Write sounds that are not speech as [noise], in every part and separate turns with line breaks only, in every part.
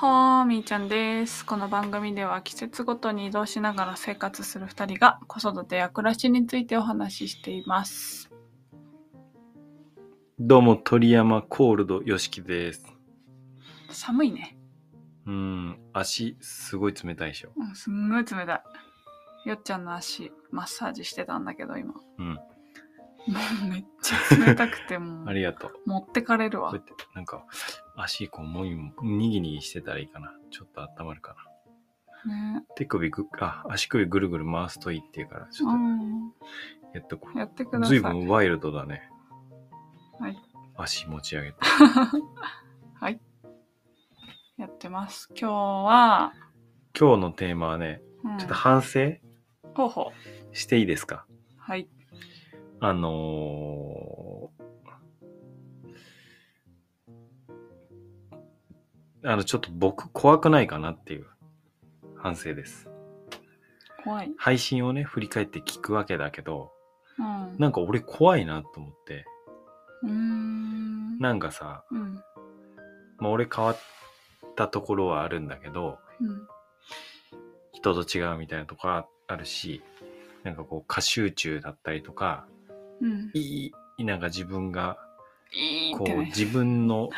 ほーみーちゃんです。この番組では季節ごとに移動しながら生活する2人が子育てや暮らしについてお話ししています。
どうも、鳥山コールドよしきです。
寒いね。
うん、足、すごい冷たいでしょ。
うん、すんごい冷たい。よっちゃんの足マッサージしてたんだけど今。
うん
もう [laughs] めっちゃ冷たくても
[laughs] あ
う
りがとう。
持ってかれる
こ
わ
うや。って、なんか、足、こう、もみも、にぎにぎしてたらいいかな。ちょっと温まるかな。
ね、
手首ぐ、あ、足首ぐるぐる回すといいっていうから、ち
う
ょっ
ん、
とやっとこ
やってく
う。
ださ
ず
い。
いぶんワイルドだね。
はい。
足持ち上げて。
はい。やってます。今日は、
今日のテーマはね、
うん、
ちょっと反省
ほうほう。
していいですか
はい。
あのー、あの、ちょっと僕怖くないかなっていう反省です。
怖い。
配信をね、振り返って聞くわけだけど、
うん。
なんか俺怖いなと思って、
うーん。
なんかさ、
うん。
まあ、俺変わったところはあるんだけど、
うん。
人と違うみたいなとこはあるし、なんかこう過集中だったりとか、
うん。
いい、なんか自分が
いいっ
こ
て
う
ね。
自分の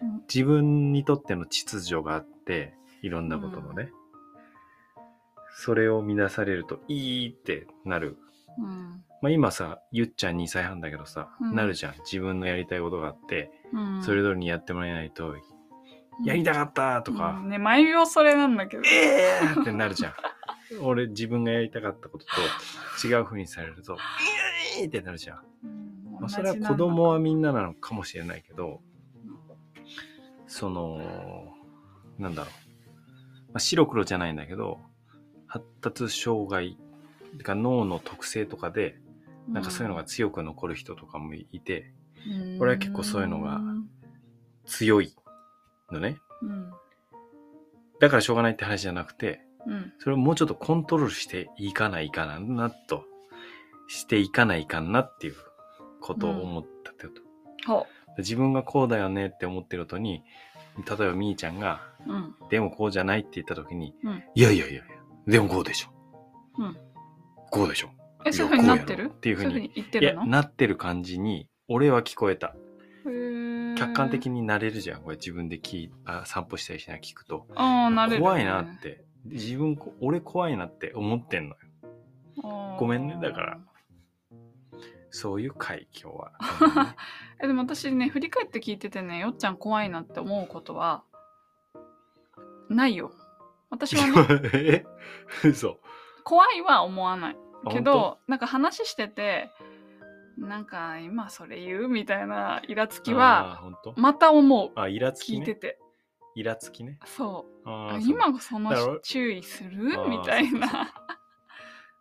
うん
自分にとっての秩序があっていろんなことのね、それを乱されるといいってなる、
うん。
まあ、今さゆっちゃん2歳半だけどさ、
うん
なるじゃん自分のやりたいことがあって、
うん。
それぞれにやってもらえないと、
うん
やりたかったと
う
か、
んね、毎秒それなんだけど。
えーってなるじ
[laughs]
ゃん俺自分がやりたかったことと違う風にされるとイエーイってなるじゃん、
うん
まあ、それは子供。はみんななのかもしれないけど、そのなんだろう、まあ、白黒じゃないんだけど発達障害てか脳の特性とかでなんかそういうのが強く残る人とかもいて
うん、
俺は結構そういうのが
うん。
強いのね
うん。
だからしょうがないって話じゃなくて
うん。
それをもうちょっとコントロールしていかないかななとしていかないかなっていうことを思ったってこと、
ほ
自分がこうだよねって思ってることに例えばみーちゃんが
う。うん。
でもこうじゃないって言った時に、
うん
いやいやいやいや、でもこうでしょ。
うん
こうでしょ。
え、
いや
そういうふうになって
こうや
る
ろっていうふうに
そういうふうに言って
いや、
るの
なってる感じに、俺は聞こえた。客
客
観的
に。
になれるじゃん。これ自分で聞いあ散歩したりしながら聞くと。
ああ、なれる。
怖いなっ。て。自分、こ俺怖いなって思ってんのよ。ごめんねだから。そういう回、今日は。
えでも私ね振り返って聞いててねよっちゃん怖いなって思うことはないよ私はね
[laughs] え嘘。
怖いは思わない
あ
けどなんか話しててなんか今それ言うみたいなイラつき、
あ
は
ー、本当
また思う
あ、イラつき、
聞い
ね。
てて
イラつきね。
そう
あ
あ
ーそう
今そ
だから
の注意する
あー
みたい
そうそう
な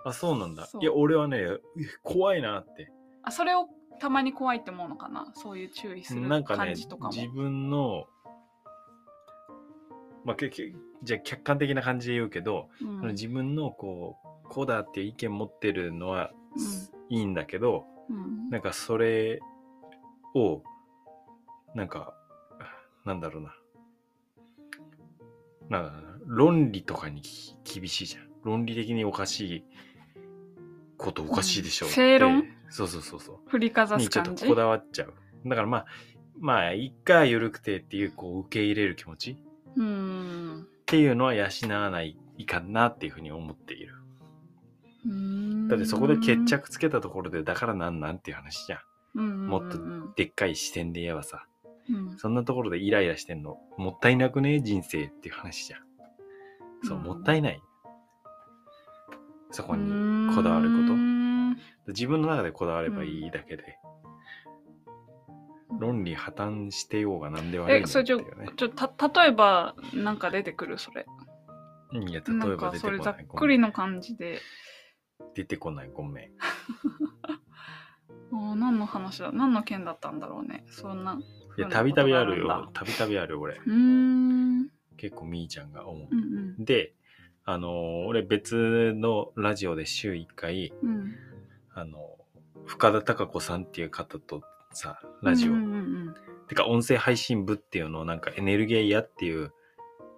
あ、そうなんだ
そ。う
いや、俺はね、え怖いなって。
あそれをたまに怖いって思うのかなそういう注意する
なんかね
感じとかも
自分の、まあ、けけじゃあ客観的な感じで言うけど、
うん
自分のこうこうだっていう意見持ってるのは、
うん
すいいんだけど
うん
なんかそれをなんかなんだろうななんだろうな論理とかにき厳しいじゃん論理的におかしいことおかしいでしょ
うん
って
正論
そうそうそうそう
振りかざ
に
す
ちょっ
感
と
じ
こだわっちゃう。だからまあ、まあ、一回緩くてっていう、こう、受け入れる気持ちっ
うん
ていうのは養わないかなっていうふうに思っている。だってそこで決着つけたところで、だからなんなんっていう話じゃん。
も
もっとでっかい視点で言えばさ、
うん
そんなところでイライラしてんの、もったいなくね人生っていう話じゃん。そう、
うん
もったいない。そこに。こだわること自分の中でこだわればいいだけで、
うん
論理破綻してようが何で悪い
え
の
そ
っ
れ
て
ち
い
ょ
うね。
ちょた例えばなんか出てくるそれ
うんいや、
な
例え
ん
ば
か
出て
そ
こ
れ
な
ざ
い
っ。
ご
く
めん
りの感じで
出てこない、ごめん。
あー何の話だ何の件だったんだろうねそんないい
や、たびたびあるよ。たびたびある、俺。
うーん
結構、みーちゃんが思う
う。ん
で、あのー俺別のラジオで週1回、
うんうん
あのー深田貴子さんっていう方とさ、ラジオ。
うんうんうん
てか、音声配信部っていうのをなんか、エネルゲイヤっていう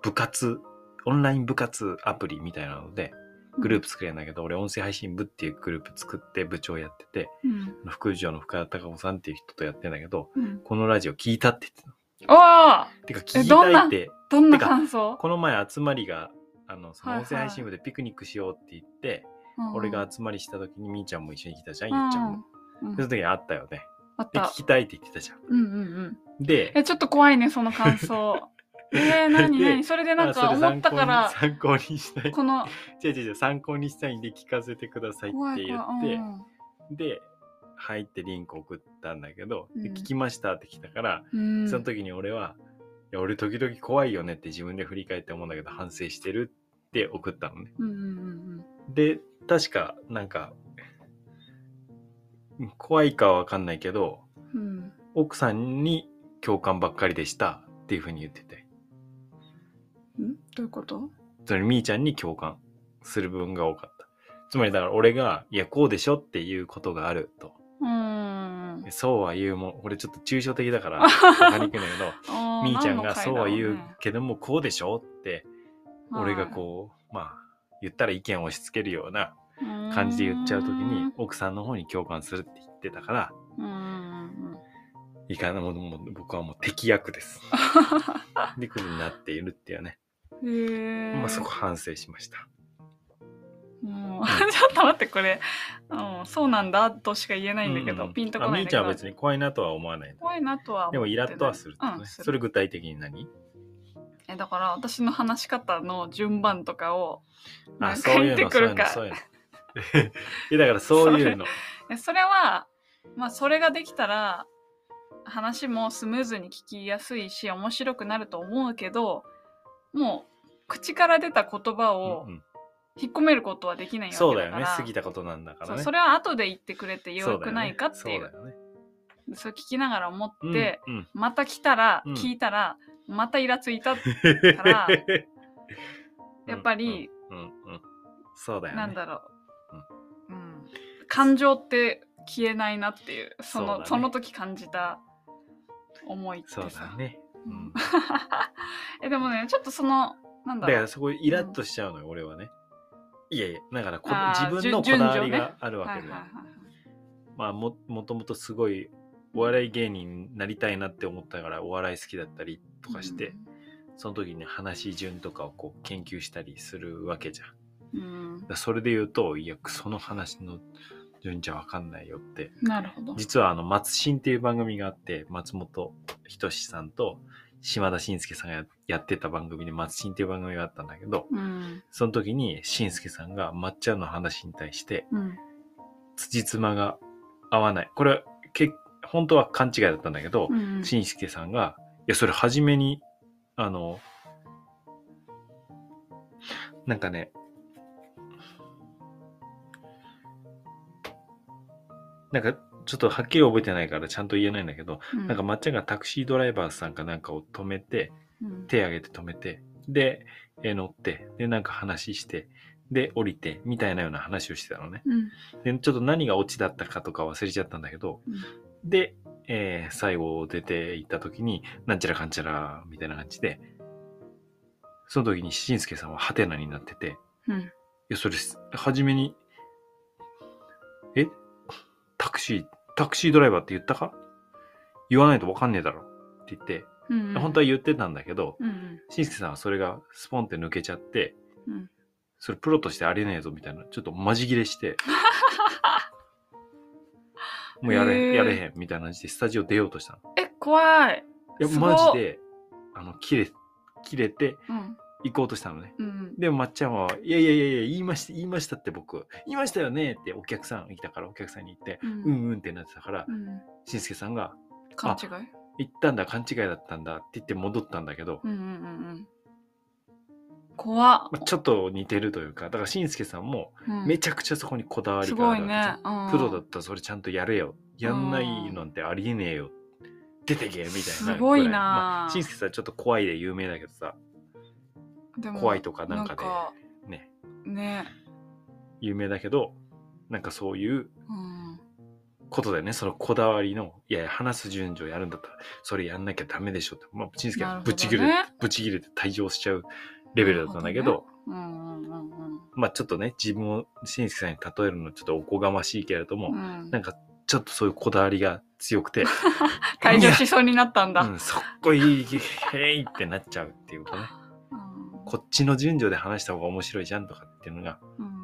部活、オンライン部活アプリみたいなので、グループ作れるんだけど、俺音声配信部っていうグループ作って部長やってて、
うん
副部長の深田隆夫さんっていう人とやってんだけど、
うん、
このラジオ聞いたって言ってたの。
おー
てか
え
聞き
どん
たい
な
って、
どんな
てか
感想、
この前集まりが、あの、その
はいはい
音声配信部でピクニックしようって言って、
うん
俺が集まりした時にみーちゃんも一緒に来たじゃん、ゆっちゃんも。
うん
その時に会ったよね。
あっ
で、
た
聞きたいって言ってたじゃん。
うんうんうん
で、
えちょっと怖いねその感
[laughs]
想えー、何
で
何それでなん
ま
か
あそれ
思ったから
参考に参考にしたい。
この
違う違う違う、参考にしたいんで聞かせてくださいっ
怖
て
い
言
怖
っ
い、
て
う、ん
で、入ってリンク送ったんだけど、で
うん
聞きましたって来たから、
うん
その時に俺は、いや俺時々怖いよねって自分で振り返って思うんだけど反省してるって送ったのね。
うんうんうん
で、確かなんか、うん怖いかはわかんないけど、
うんうん
奥さんに共感ばっかりでしたっていうふうに言ってて。
んどういうこと
つまり、みーちゃんに共感する部分が多かった。つまり、だから俺が、いや、こうでしょっていうことがあると。
うん
そうは言うもん。俺ちょっと抽象的だから、わかりにくいんだ [laughs] けど、
あ
みーちゃんがそうは言
う
うけども、こうでしょって、俺がこう、まあ、言ったら意見を押し付けるような
う
感じで言っちゃうときに、奥さんの方に共感するって言ってたから、
うんうん
いかないもうもう僕はもう敵役です。で、クビになっているっていうね。
うんへえ
まあ、そこ反省しました。
もうちょっと待ってこれ、うん、そうなんだとしか言えないんだけど、
う
ピンとこない
あみ
んだ
ーち
け
ゃん
ど
は別に怖いなとは思わない。
怖いなとは思って
でもイラッとはするってこと
う
ね。
ん、す
それ
る
具体的に何
えだから私の話し方の順番とかを
あ、
なん
そ
か
うい
言っ
う
て
の、
く
そういう
る
の、
か
そういうの。 [laughs] いやだからそういうの。
いやそれはまあそれができたら話もスムーズに聞きやすいし面白くなると思うけどもう口から出た言葉を
うんうん
引っ込めることはできないわけだか
そう
ら、
だよね。過ぎたことなんだから
そう
ね。
それは後で言ってくれてよくないかって
そう
い
だ
う
よね。
そう聞きながら思って、
そうだよねうんうん
また来たら、
うん
聞いたらまたイラついた
[laughs]
らやっぱり、
うんうんうんうんそうだよね。
なんだろう、うん感情って消えないなっていうそ
そう
の
だね
その時感じた思いって
そう
さ
だ、ね。う
うんん [laughs] えでもねちょっとそのなんだ
だか
ろ
ら
う
そこイラッとしちゃうのよ、俺はね。いやいや、だからこ
あー
自分のこ
順
だわ
順
り
序ね
があるわ
はいは
けで
い。はいはい
まあも、もともとすごいお笑い芸人になりたいなって思ったから、お笑い好きだったりとかして、その時に話し順とかをこう研究したりするわけじゃん。だか
うん、
らそれで言うと、いや、その話の順じゃわかんないよって。
うんなるほど
実はあの、松新っていう番組があって、松本人志さんと島田紳介さんがややってた番組で松新っていう番組があったんだけど、
うん
その時に紳介さんが抹茶の話に対して、
うん
辻褄が合わない。これは、け、本当は勘違いだったんだけど
う、ん
紳助さんが、いや、それ初めに、あの、なんかね、なんか、ちょっとはっきり覚えてないからちゃんと言えないんだけど、
うん
なんか抹茶がタクシードライバーさんかなんかを止めて、
うん
手挙げて止めて、で、えー乗って、で、なんか話して、で、降りて、みたいなような話をしてたのね。
うん
で、ちょっと何がオチだったかとか忘れちゃったんだけど、で、えー最後出て行った時に、なんちゃらかんちゃら、みたいな感じで、その時にしんすけさんはハテナになってて、
うん
いや、それ、初めに、えタクシー、タクシードライバーって言ったか言わないとわかんねえだろって言って、
うん
本当は言ってたんだけど、
うん
しんすけさんはそれがスポンって抜けちゃって、
うん
それプロとしてありえねえぞみたいな、ちょっとマジ切
[laughs]
れして、もうやれ、
へえ
やれへんみたいな感じでスタジオ出ようとしたの。
え怖い
いや、
すごっ
マジで、あの、切れ、切れて
うん
行こうとしたのね。
うん
でも、まっちゃんは、いやいやいやいや、言いました、言いましたって僕、言いましたよねってお客さん来たから、お客さんに言って、
う
うんんうんってなってたから
う、ん
しんすけさんが、
勘違い
言ったんだ、勘違いだったんだって言って戻ったんだけど、
うんうんうんうん怖っ
まあ、ちょっと似てるというか、だからしんすけさんも、
うん
めちゃくちゃそこにこだわり
す
があ
ごい
るわけじゃん
ね、うん
プロだったらそれちゃんとやれよ。やんないなんてありえねえよ。出てけみたいな。
すごいな
まあ、しんすけさんちょっと怖いで有名だけどさ、
でも
怖いとかなんかで
か
ね、
ね
有名だけど、なんかそういう
うん
ことだよね。そのこだわりの、いやいや、話す順序やるんだったら、それやんなきゃダメでしょって、まあ、チンスケ
なる
は
ほどね
ぶち切れ、ぶち切れて退場しちゃうレベルだったんだけ
な
ど、
るうんうんうん
まあちょっとね、自分をしんすけさんに例えるのちょっとおこがましいけれども、
うんうん
なんかちょっとそういうこだわりが強くて、
[laughs] 退場しそうになったんだ、
うん、そっこいい、へいってなっちゃうっていうか [laughs] ね、
うん
こっちの順序で話した方が面白いじゃんとかっていうのが、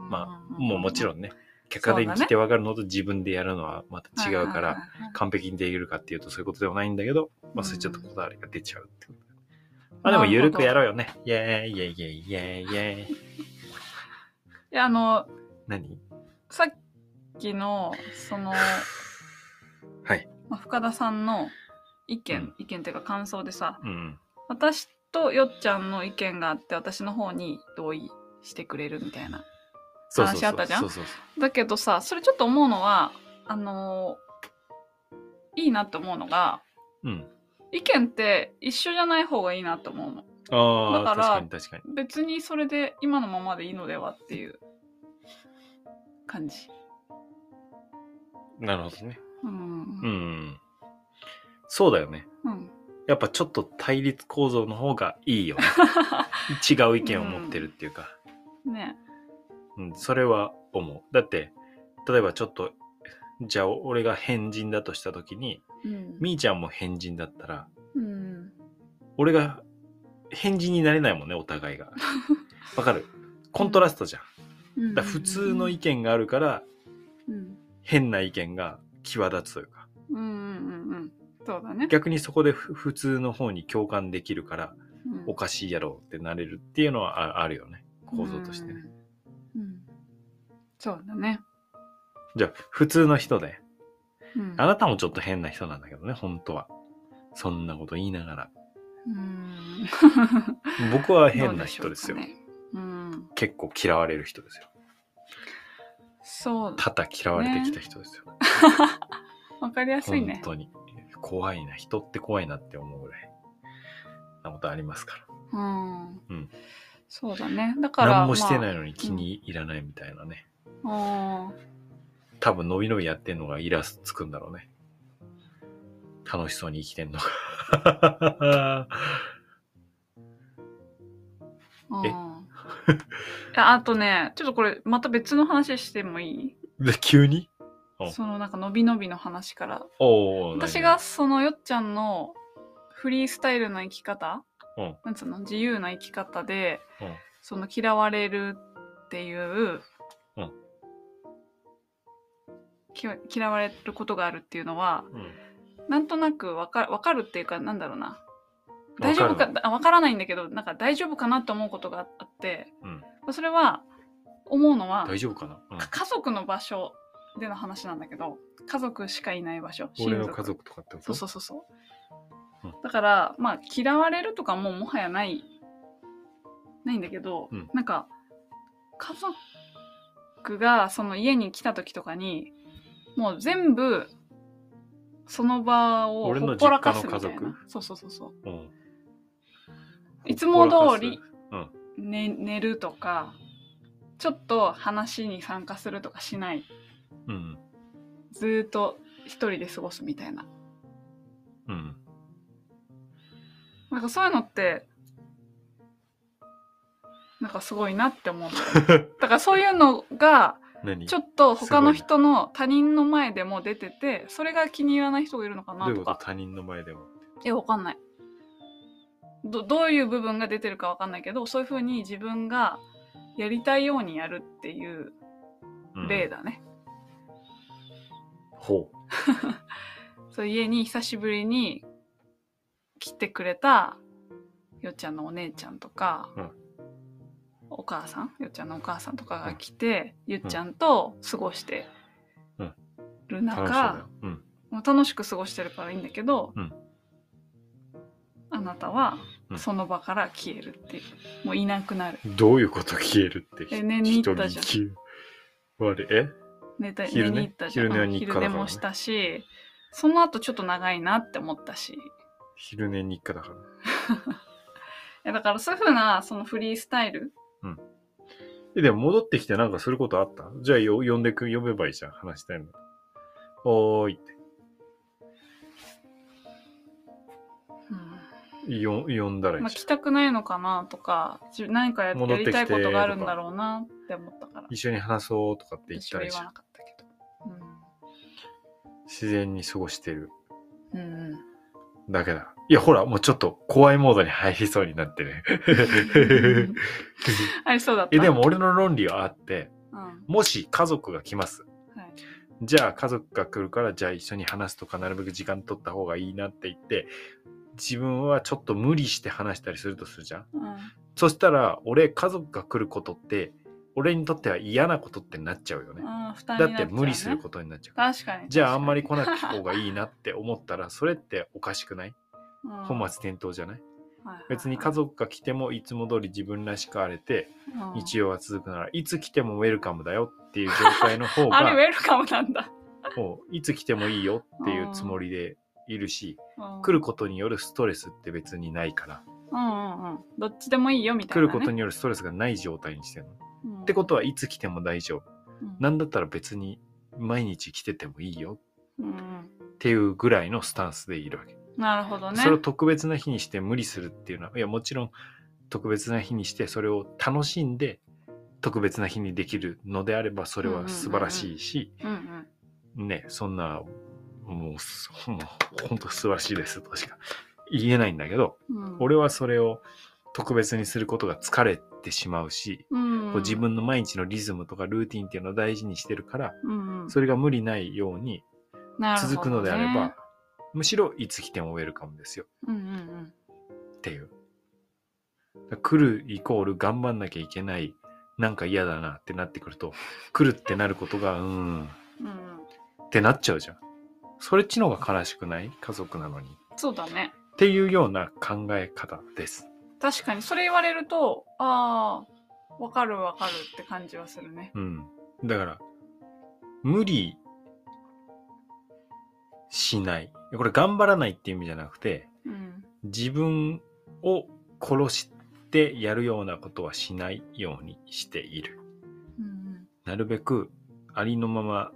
まもうもちろ
ん
んね、結果的に来てわかるのと自分でやるのはまた違
う
うか
んうん
ら、完璧にできるかっていうとそういうことでもないんだけど、まあそれちょっとこだわりが出ちゃうってこと。まあでもゆるくやろうよね。イェーイイェーイイェーイイェーイイェーイ。
いやあの
何
さっきのその、
はい。
まあ、深田さんの意見、
うん
意見っていうか感想でさ
うん。
私とよっちゃんの意見があって私の方に同意してくれるみたいな
そうそう
話
そ
あ
う
ったじゃん
そうそうそう
だけどさそれちょっと思うのはあのいいなと思うのが
うん。
意見って一緒じゃない方がいいなと思うの
あ
だか
あ、確
ら
かに確かに。
別にそれで今のままでいいのではっていう感じ
なるほどね。
う
うんん。そうだよね。
うん
やっぱちょっと対立構造の方がいいよね。違う意見を持ってるっていうか。
ね
うん、それは思う。だって、例えばちょっと、じゃあ俺が変人だとした時に、
うん
みーちゃんも変人だったら、
うん
俺が変人になれないもんね、お互いが。わかるコントラストじゃん。だから普通の意見があるから、
うん
変な意見が際立つというか。
うんうんうんそうだね
逆にそこでふ普通の方に共感できるから、おかしいやろうってなれるっていうのはああるよね構造としてね、
うんうんそうだね
じゃあ普通の人で
うん
あなたもちょっと変な人なんだけどね本当はそんなこと言いながら
うん
僕は
ど
変
う
な
しょ
人
う
ですよ、
かねうん
結構嫌われる人ですよ
そう
多々嫌われてきた人ですよ、
わかりやすい
本
ね
当に怖いな人って怖いなって思うぐらいなことありますか
うん、
ん
そうだねだからら、
何もしてないいのに気に入らないみたいなね、
まあ
多分のびのびやってんのがイラストつくんだろうね楽しそうに生きてんの
[laughs]
が
うん
え
うん [laughs] いやあとねちょっとこれまた別の話してもい
で急にお
いそのなんかのびのびの話から
おー
私が、そのよっちゃんのフリースタイルな生き方、
うん
なんつうの自由な生き方で
何々
その嫌われるっていう、
うん
き嫌われることがあるっていうのは
うんうん
なんとなくわかわかるっていうかなんだろうな
わか
大
る
丈夫かあわからないんだけどなんか大丈夫かなと思うことがあって
うん、
それは思うのは
大丈夫かな、うん
か家族の場所での話なんだけど家族しかいない場所
俺の
親
家族とかってこと
そうそうそうそう、
うん
だからまあ嫌われるとかももはやないないんだけど、
うん
なんか家族がその家に来た時とかにもう全部その場を
俺
ほ
の
っぽらかすみたい
実家の家
なそうそうそうそう
うん、
いつも通り
ほっぽらか
寝寝るとかちょっと話に参加するとかしない
すうん
ずーっと一人で過ごすみたいな
うん
なんかそういうのって、なんかすごいなって思うの。
[laughs]
だからそういうのが、
何
ちょ
っ
っと他の人の他人の前でも出てて、それが気に入らない人がいるのか
どう
ないと
うこと
か。
他人の前でも
え、わかんない。どどういう部分が出てるかわかんないけど、そういうふうに自分がやりたいようにやるっていう
うん
例だね。
ほ
そう家に久しぶりに来てくれたよっちゃんのお姉ちゃんとか、
うん
お母さんよっちゃんのお母さんとかが来て、ゆっちゃんと過ごしてる
う楽しそう
中
だ、よ、うん、
もう楽しく過ごしてるからいいんだけど、
うん
あなたは
うん
その場から消えるっていう、もういなくなる
どういうこと消えるって
え寝に行ったじゃん
人に消える我え
寝た
昼ね
寝に行ったじゃん
昼寝は日課だからね
うん寝もしたしその後ちょっと長いなって思ったし。
昼寝日課だから
いやだからそういうふうなそのフリースタイル
えでも戻ってきてなんかすることあったじゃあよ呼んでく呼べばいいじゃん話したいのおーいっ
うん
て、よ呼んだらいい
まあ、
じ
来たくないのかなとか自何かや
戻
や
って
り
きて
たいことがあるんだろうなって思ったから
ゃん。一緒に話そうとかって言っ
一
た
緒
らい
に
いじ
言
ゃ
わな。
ん
かったけ
自然に過ごしてる
どうん、うんうん、
だけだ。いや、ほら、もうちょっと怖いモードに入りそうになって [laughs] ね。 [laughs]
ありそうだった
え、でも俺の論理はあって、
うんは
もし家族が来ます。
い
じゃあ家族が来るから、じゃあ一緒に話すとか、なるべく時間取った方がいいなって言って、自分はちょっと無理して話したりするとするじゃん。
うん
そしたら、俺、家族が来ることって、俺にとっては嫌なことってなっちゃうよね。
ああ負担に
だ
な
っ
ちゃ
て
うね
無理することになっちゃう。
確かに
じゃああんまり
確
来なき方がいいなって思ったら、それっておかしくない
か [laughs] にうん
本末転倒じゃない
はいはいはい
別に家族が来てもいつも通り自分らしく荒れて
うん
日曜が続くならいつ来てもウェルカムだよっていう状態の方
[laughs] あれ
が
ウェルカムなんだ、
もういつ来てもいいよっていうつもりでいるし
うん
来ることによるストレスって別にないから
うんうんうんどっちでもいいよみた
来
いな、ね、
ることによるストレスがない状態にしてるの。っ
うん
てことはいつ来ても大丈夫。
うん
なんだったら別に毎日来ててもいいよ
うんうん
っていうぐらいのスタンスでいるわけ。
なるほどね
それを特別な日にして無理するっていうのはいやもちろん特別な日にしてそれを楽しんで特別な日にできるのであればそれは素晴らしいし、
うんうん
ねそんなもうすもう本当素晴らしいですとしか言えないんだけど
うん
俺はそれを特別にすることが疲れてしまうし、
うん
こう自分の毎日のリズムとかルーティンっていうのを大事にしてるから
うんうん
それが無理ないように
なるほどね
続くのであれば、むしろいつ来てもウェルカムですよ。
うんうん
っていう。だ来るイコール頑張んなきゃいけない、なんか嫌だなってなってくると、来るってなることが、うーん、
うんうんうん
ってなっちゃうじゃん。それっちの方が悲しくない家族なのに。っ
そうだね
ていうような考え方です。
確かにそれ言われるとああわかるわかるって感じはするね
うん。だから、無理しない。これ頑張らないっていう意味じゃなくて、
うん
自分を殺してやるようなことはしないようにしている。
うん
なるべくありのまま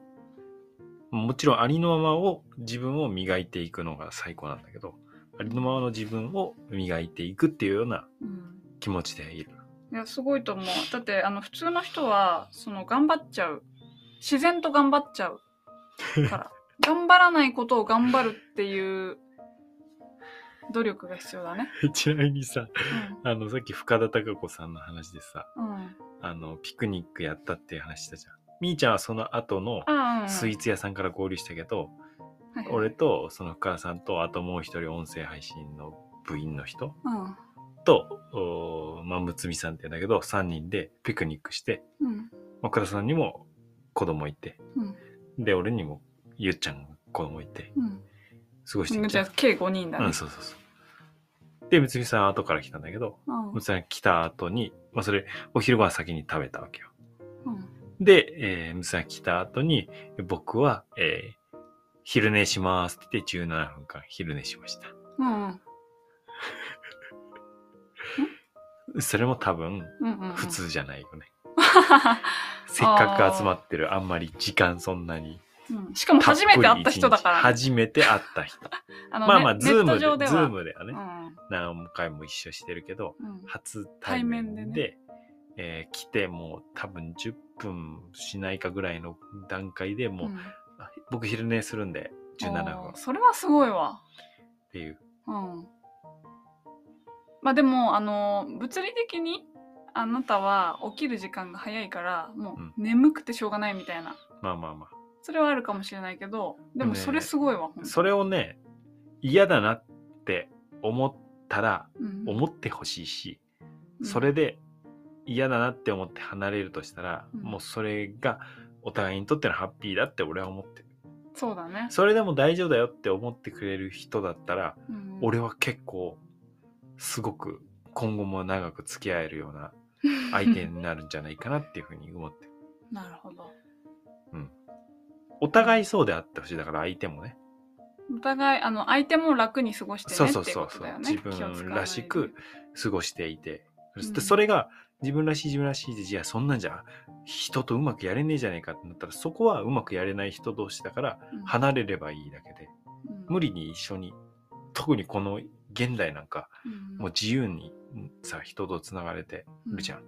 もちろんありのままを自分を磨いていくのが最高なんだけどありのままの自分を磨いていくっていうような
うんうん
気持ちでいる
いやすごいと思うだってあの普通の人はその頑張っちゃう自然と頑張っちゃうから
[laughs]
頑張らないことを頑張るっていう努力が必要だね
[laughs] ちなみにさあのさっき深田貴子さんの話でさ
うん、うん、
あのピクニックやったっていう話したじゃんみーちゃんはその後の
ああ、うん、
スイーツ屋さんから合流したけど、
はいはい、
俺とその深田さんとあともう一人音声配信の部員の人
うん
と、おーまあ、むつみさんって言うんだけど3人でピクニックして
うん
まあ、倉田さんにも子供いて、
うん
で、俺にもゆっちゃんが子供いて、すごいして
うんん
じ
じ
ゃ
ゃあ計5人だ
ん。う
ね
ん、そうそうそう。で、むつみさん後から来たんだけど、
うん
むつみさん来た後に、まあ、それ、お昼ご飯先に食べたわけよ。
うん
で、えー、むつみさん来た後に、僕は、えー、昼寝しますって言って17分間昼寝しました。
うんうん
それも多分、
うんうん
普通じゃないよね。せっかく集まってる、あんまり時間そんなに。
うんしかも初めて会った人だから
た
ね、
っぷり一日初めて会った人。
あの
まあまあ、
ね
ズー
ネ
ム
ット上では
で、ズームではね、
う
何回も一緒してるけど、
んうん
初対面で、
対面で
えー来てもう多分10分しないかぐらいの段階でもう、
ん
あ僕昼寝するんで17分
お
っ
ーそれはすごいわ
ていう。
うんまあでもあの物理的にあなたは起きる時間が早いからも
うん
う眠くてしょうがないみたいな
まあまあまあ。
それはあるかもしれないけどでも
でもね
それすごいわ、ほんと
それをね、嫌だなって思ったら、
うん
思ってほしいし、
うん
それで嫌だなって思って離れるとしたら、
うん
もうそれがお互いにとってのハッピーだって俺は思ってる。
そうだね、
それでも大丈夫だよって思ってくれる人だったら、
うん
俺は結構すごく今後も長く付き合えるよう
[laughs]
な相手になるんじゃないかなっていうふうに思ってる
なるほど
お互いそうであってほしいだから相手もね
お互いあの相手も楽に過ごしてね
そう
って
そ
いううこと
そうそう
だよね
自
気を使わ
分
ない
ら
で
しく過ごしてい
う
て、
ん
でそれが自分らしい自分らしいで、じゃあそんなんじゃ人とうまくやれねえじゃねえかってなったら、そこはうまくやれない人同士だから
うん
離れればいいだけで、
うん
無理に一緒に、特にこの現代なんか、
うん
もう自由にさ、人と繋がれてるじゃん。
う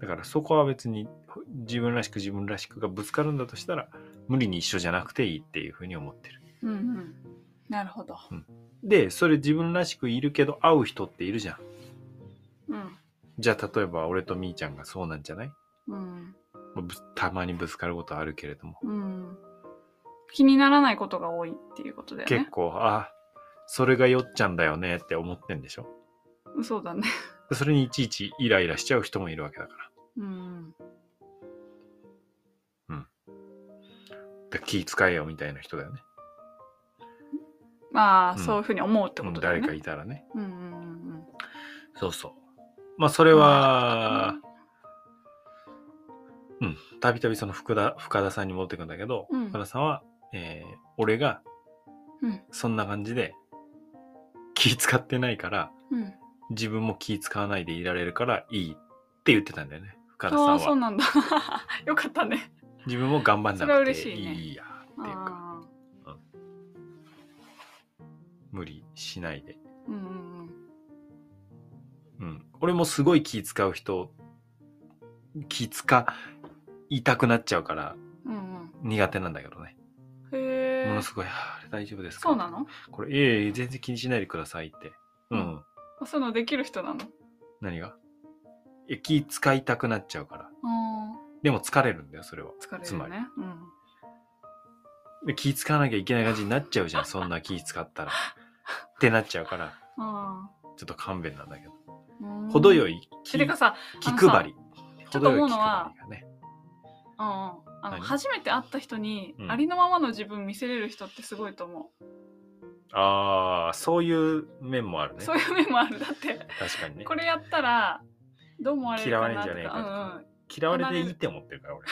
だからそこは別に自分らしく自分らしくがぶつかるんだとしたら、無理に一緒じゃなくていいっていうふうに思ってる。
んうんうんなるほど
で、それ自分らしくいるけど、会う人っているじゃん。
うん
じゃあ例えば俺とみーちゃんがそうなんじゃない
うん
まあぶたまにぶつかることはあるけれども、
うん気にならないことが多いっていうことだよね
結構あそれがよっちゃんだよねって思ってんでしょ
そうだね
それにいちいちイライラしちゃう人もいるわけだから
うん
だから気遣えよみたいな人だよね
まあ、
うん
そういうふうに思うってことだよ
誰か
ね
いたらね
うんうんうんうん
そうそうまあそれはうんたびたびその福田深田さんに戻ってくんだけど、
うん
深田さんは、えー俺が
うん
そんな感じで気遣ってないから
うん
自分も気使わないでいられるからいいって言ってたんだよね深田さ
あ
ん
あそう
は
なんだ [laughs] よかったね
自分も頑張ん
それは
なく
嬉
て
しいね
いいやっていうか
あ
無理しないで、
ーうんうんうん
うん、俺もすごい気使う人気使いたくなっちゃうから
うん
苦手なんだけどね、
うんへ
も
え
のすごい「ああれ大丈夫ですか?」
そうなの
これ「いえいえ全然気にしないでください」ってうん、
うんあそういうのできる人なの
何がいや気使いたくなっちゃうから
あ
でも疲れるんだよそれは
ー疲れるね
つまり
うん
で気使わなきゃいけない感じになっちゃうじ [laughs] ゃんそんな気使ったらってなっちゃうから
あ
ちょっと勘弁なんだけど
ー
程よ
い
い気
てかさ
気配り
ちょっと思うの
程よ
はい
気配りがね
うんうんあの
何
初めて会った人に
うん
ありのままの自分見せれる人ってすごいと思
ああそういう面もある
う、
ね
そういう面もあるだ
[laughs]
って
確かにね
これやったらどう思われるかなとか
嫌われんじゃねえかとか
うんうん
嫌われていいって思ってるから [laughs] 俺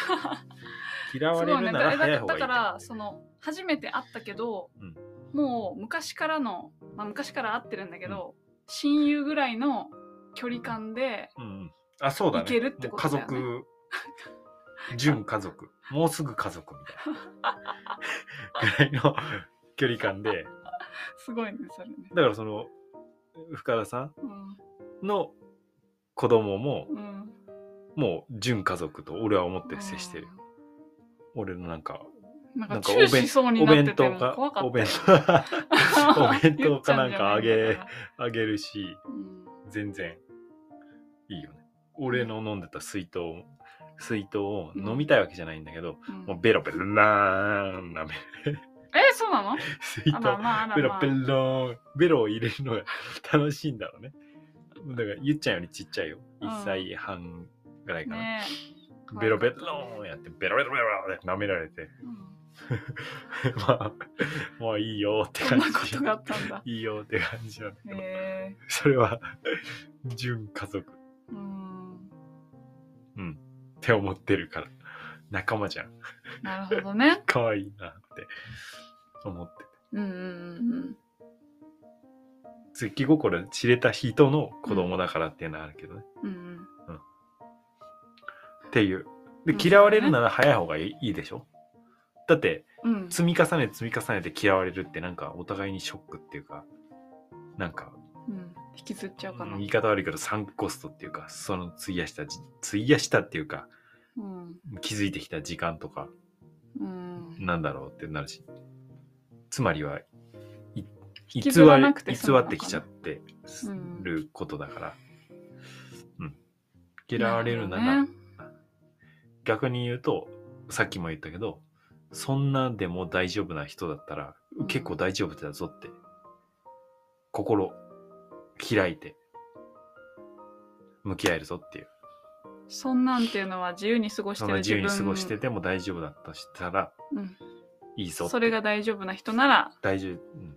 嫌わ
す
れ
ごいね
るな
だ
ら
だ
早い方がい
だ
い
からその初めて会ったけど、
うん
もう昔からの、まあ、昔から会ってるんだけど、親友ぐらいの距離感で
うんうんあそうだね
いけるってことだよね
もう家族純家族もうすぐ家族み [laughs] たいなぐらいの距離感です
ごいねそれね、
だからその深田さ
うん
んの子供も
うん、
もう純家族と俺は思って接してる俺のなんか
うんなんか
なんか
注視しそうに
お
なって
弁
て
当
も
か
怖かった
お弁
[laughs] 当
お弁当かなんかあげあげるし
うん
全然いいよね俺の飲んでた水筒水筒を飲みたいわけじゃないんだけど、
うん
もうベロベロなーん舐め
えそうな
[laughs]
の
水
あ
筒
らまああ
ベ
ら
ロ
まあ
ベローンベロを入れるのが楽しいんだろうねだからゆっちゃんよりちっちゃいよ
うん
1歳半ぐらいかな、
ねえ
ベロベローンやってベロベロベロって舐められて
うん
まあまあいいよって
そん
感
な
じ
ことがあったんだ
いいよって感じなんだけど
へえ
それは純家族
うん
うん。って思ってるから。仲間じゃん。
なるほどね
可愛いなって思ってて。
うんうん
月気心知れた人の子供だからっていうのはあるけどね。
うんうん
っていう。で
うん、
嫌われるなら早い方がいいいいでしょだって、
うんうん
積み重ねて積み重ねて嫌われるってなんかお互いにショックっていうか、なんか、
うん引きずっちゃうかな
言い方悪いけど、サンクコストっていうか、その費やしたじ、費やしたっていうか、
うん
気づいてきた時間とか、
うん
なんだろうってなるし。つまりは、い偽
きずらなくて
り
済む
偽
の
っ
かな
てきちゃってす
うん
ることだから。うん。嫌われるなら、
なるほ
逆に言うと、さっきも言ったけど、そんなでも大丈夫な人だったら、
うん
結構大丈夫だぞって、心開いて、向き合えるぞっていう。
そんなんっていうのは自由に過ごし
そ
て
んな
る
自
自
由
分
に過ごしてても大丈夫だとしたら、
うん
いいぞって。
それが大丈夫な人なら
大丈夫。うん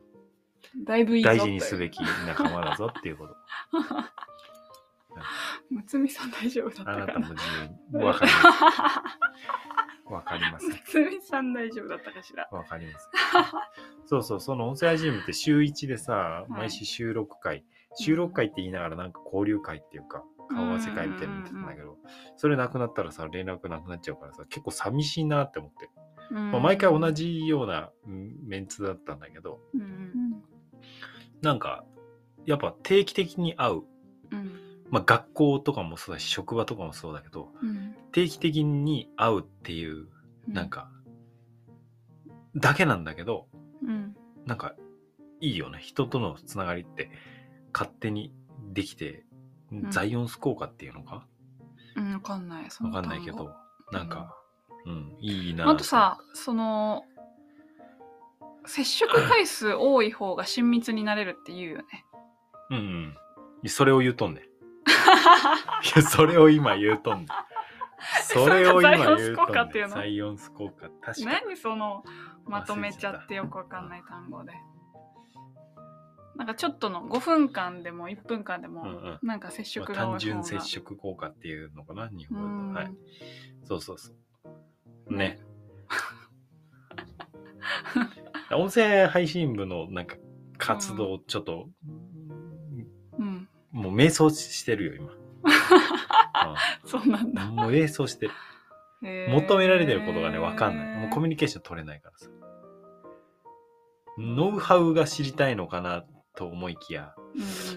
だいぶいいぞとい
大
う
事にすべき仲間だぞってい
[laughs]
うこと。
むつみさん大丈夫だ
あ
っ
な
た
た
か [laughs]
も
な
自由に。わかります。わかります。
むつみさん大丈夫だったかしら
わかります。そうそう、その音声配信部って週1でさ、
い
毎週収録会。収録会って言いながらなんか交流会っていうか、顔は世界みたいになってたんだけど、それなくなったらさ、連絡なくなっちゃうからさ、結構寂しいなって思って。まあ、毎回同。じようなうんメンツだったんだけど、
うん
なんか、やっぱ定期的に会う。
うん
まあ、学校とかもそうだし、職場とかもそうだけど、
うん
定期的に会うっていう、
う
なん。か、だけなんだけど、
うん
なんか、いいよね。人とのつながりって、勝手にできて、
ん
ザイオンス効果っていうのか
うん、わかんない。そ
わ
の
かんないけ
単語
ど、なんか、うん、いいな
あとさ、その、接触回数多い方が親密になれるって言うよね。
うんうん。それを言うとんねん。いや、それを今言う
[laughs]
とんねん。それを今言うと
ザイオンス効果っ
ん
てい
ね。
うんの
ザイオンス効果。確かに。
何そのまとめちゃってよくわかんない単語で。なんかちょっとの5分間でも1分間で
うんう
も
ん。
なんか接触
まあ
が多
単
い方
純接
が。
触効果っていうのかな、日
う
本
ん
語だと。はい。そうそうそう。ね。 [laughs] 音声配信部のなんか活動、ちょっと、
うん。
もう瞑想してるよ、 [laughs] 今。
[laughs] そうなん
う
だ。
んもう瞑想してる。
へー
求められてることがね、わかんない。もうコミュニケーション取れないからさ。ノウハウが知りたいのかなと思いきや、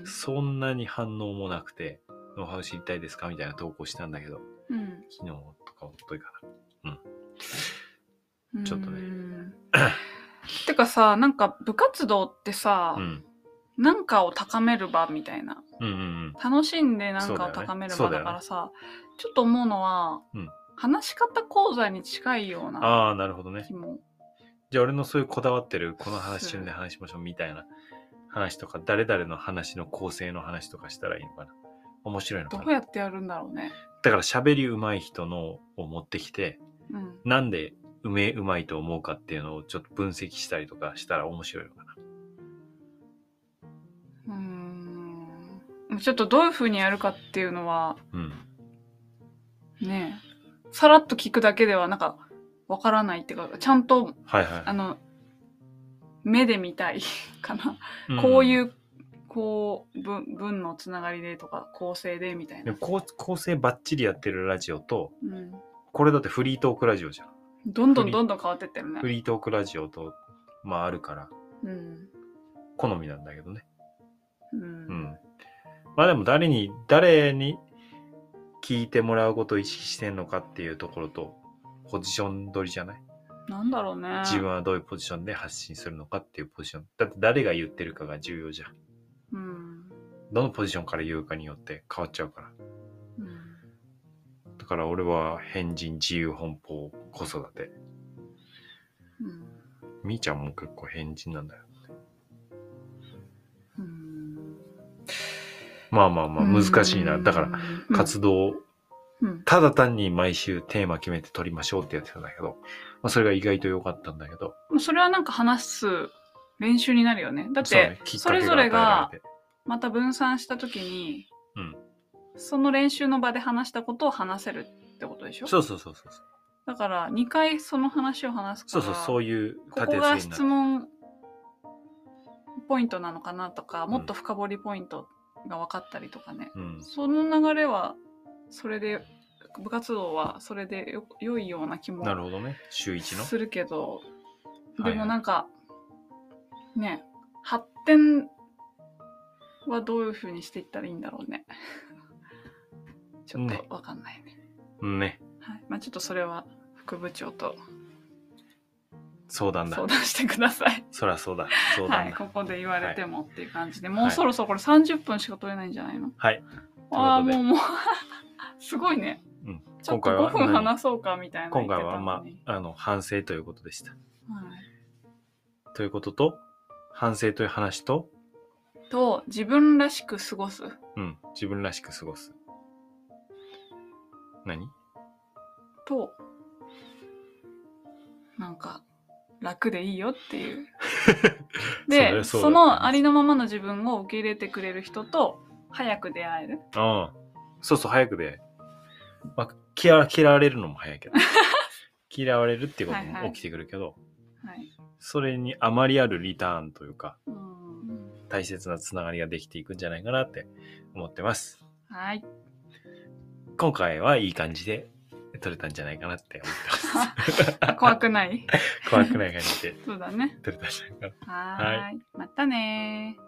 そんなに反応もなくて、ノウハウ知りたいですかみたいな投稿したんだけど、
うんうん
昨日とかおとといかな。
うん
ちょっとね
うんてかさ、なんか部活動ってさ、
うん。
なんかを高める場みたいな。
うんうん
楽しんでなんかを
そうだよね
高める
そ
場
うだよ
だ
ね
からさ、ちょっと思うのは、
うん
話し方講座に近いよう
うん。
な
ああ、なるほどね
気。も。
じゃあ俺のそういうこだわってる、この話中で話しましょうみたいな話とか、誰々の話の構成の話とかしたらいいのかな。面白いのか
ど
な。
うやってやるんだろうね。
だから喋り上手い人のを持ってきて、
うん。
なんでうめうまいと思うかっていうのをちょっと分析したりとかしたら面白いのかな。
うーん。ちょっとどういう風にやるかっていうのは、
うん。
ねえ、さらっと聞くだけではなんか、わからないっていうか、ちゃんと、
はいはい。
あの、目で見たい [laughs] かな。
ん
こういう、こう、文文のつながりでとか、構成でみたい
で
な
も。こう構成ばっちりやってるラジオと、
うん。
これだってフリートークラジオじゃん。
どんどんどんどん変わってってるね
フ。リートークラジオと、まああるから、
うん。
好みなんだけどね。
う。
うんん。まあでも誰に、誰に聞いてもらうことを意識してんのかっていうところと、ポジション取りじゃない
なんだろうね。
自分はどういうポジションで発信するのかっていうポジション。だって誰が言ってるかが重要じゃん。
うん。
どのポジションから言うかによって変わっちゃうから。
うん
だから俺は変人自由奔放子育て。
うん
みーちゃんも結構変人なんだよ。
うん
まあまあまあ難しいな。
うん
だから活動を
うん
ただ単に毎週テーマ決めて撮りましょうってやってたんだけど、まあそれが意外と良かったんだけど。
うんそれはなんか話す練習になるよね。だっ
そうね
て、それぞれが
きっかけ与えられて
また分散した時に、
うん
その練習の場で話したことを話せるってことでしょ
そうそうそうそう。
だから2回その話を話すか
そう
ら
そう、そういう
ここ
に
が
る
質問ポイントなのかなとかもっと深掘りポイントが分かったりとかね、
うん。
その流れはそれで部活動はそれでよ良いような気も
なるほどね。週一の。
するけど、
はいはい
でもなんか、ね発展はどういうふうにしていったらいいんだろうね [laughs] ちょっ
ね
とわかんないね
うんね。
はいまあちょっとそれは副部長と
そうなんだ
相。談してください
そらそうだ。そうだ
は
ない
ここで言われてもっていう感じで、も
は
う
い
そろそろこれ30分しか取れないんじゃないの、
はい。
ああ
ということで
もうもう [laughs] すごいね
うん
ちょっ
今
と
回は
5分話そうかみたいな言
今
ってた
回
の
は、ま
に、
あ、あの、反省ということでした。
はい
ということと、反省という話と、
と自分らしく過ごす
うん、自分らしく過ごす。何
となんか楽でいいよっていう
[laughs] それ
で
そ
そう
だ
のありのままの自分を受け入れてくれる人と早く出会える
ああ、そうそう、早くで。まあ、嫌嫌われるのも早い
[laughs]
けど。嫌われるっていうこと
はいは
も
い
起きてくるけど、
はい
それにあまりあるリターンというか、
うん
大切なつながりができていくんじゃないかなって思ってます。
はい [laughs]
今回はいい感じで撮れたんじゃないかなって思ってます。
怖くない。
怖くない感じで
そうだね。
撮れたんじゃないかな。
はーい。またねー。